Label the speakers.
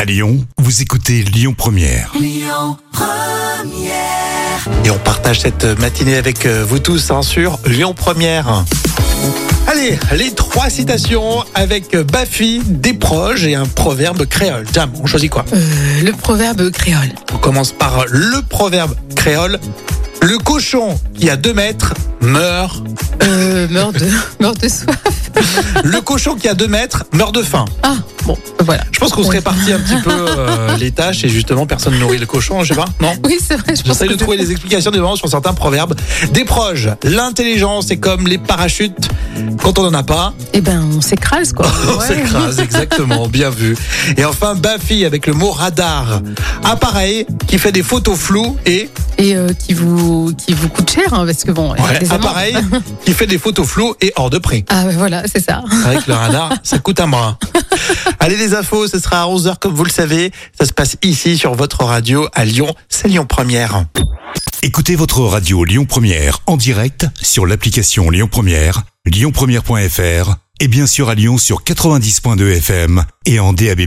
Speaker 1: À Lyon, vous écoutez Lyon Première.
Speaker 2: Et on partage cette matinée avec euh, vous tous hein, sur Lyon Première. Allez, les trois citations avec euh, Baffy, des proches et un proverbe créole. Jam, on choisit quoi
Speaker 3: Euh, le proverbe créole.
Speaker 2: On commence par euh, le proverbe créole. Le cochon qui a deux mètres meurt.
Speaker 3: Euh, meurt de, meurt de soif.
Speaker 2: Le cochon qui a deux mètres meurt de faim.
Speaker 3: Ah, bon, voilà.
Speaker 2: Je pense qu'on se répartit un petit peu euh, les tâches et justement personne nourrit le cochon, je sais pas, non
Speaker 3: Oui, c'est vrai, je pense
Speaker 2: J'essaie
Speaker 3: que
Speaker 2: de trouver les explications des moments sur certains proverbes. Des proches, l'intelligence est comme les parachutes. Quand on n'en a pas,
Speaker 3: Eh ben, on s'écrase, quoi.
Speaker 2: on
Speaker 3: Ouais.
Speaker 2: s'écrase, exactement, bien vu. Et enfin, Bafi avec le mot radar. Appareil qui fait des photos floues et...
Speaker 3: Et euh, qui, vous, qui vous coûte cher, hein, parce que bon, avec les amendes.
Speaker 2: appareil qui fait des photos floues et hors de prix.
Speaker 3: Ah, ben voilà, c'est ça.
Speaker 2: Avec le radar, ça coûte un bras. Allez les infos, ce sera à 11h comme vous le savez. Ça se passe ici sur votre radio à Lyon. C'est Lyon Première.
Speaker 1: Écoutez votre radio Lyon Première en direct sur l'application Lyon Première, lyonpremière.fr et bien sûr à Lyon sur 90.2 FM et en DAB+.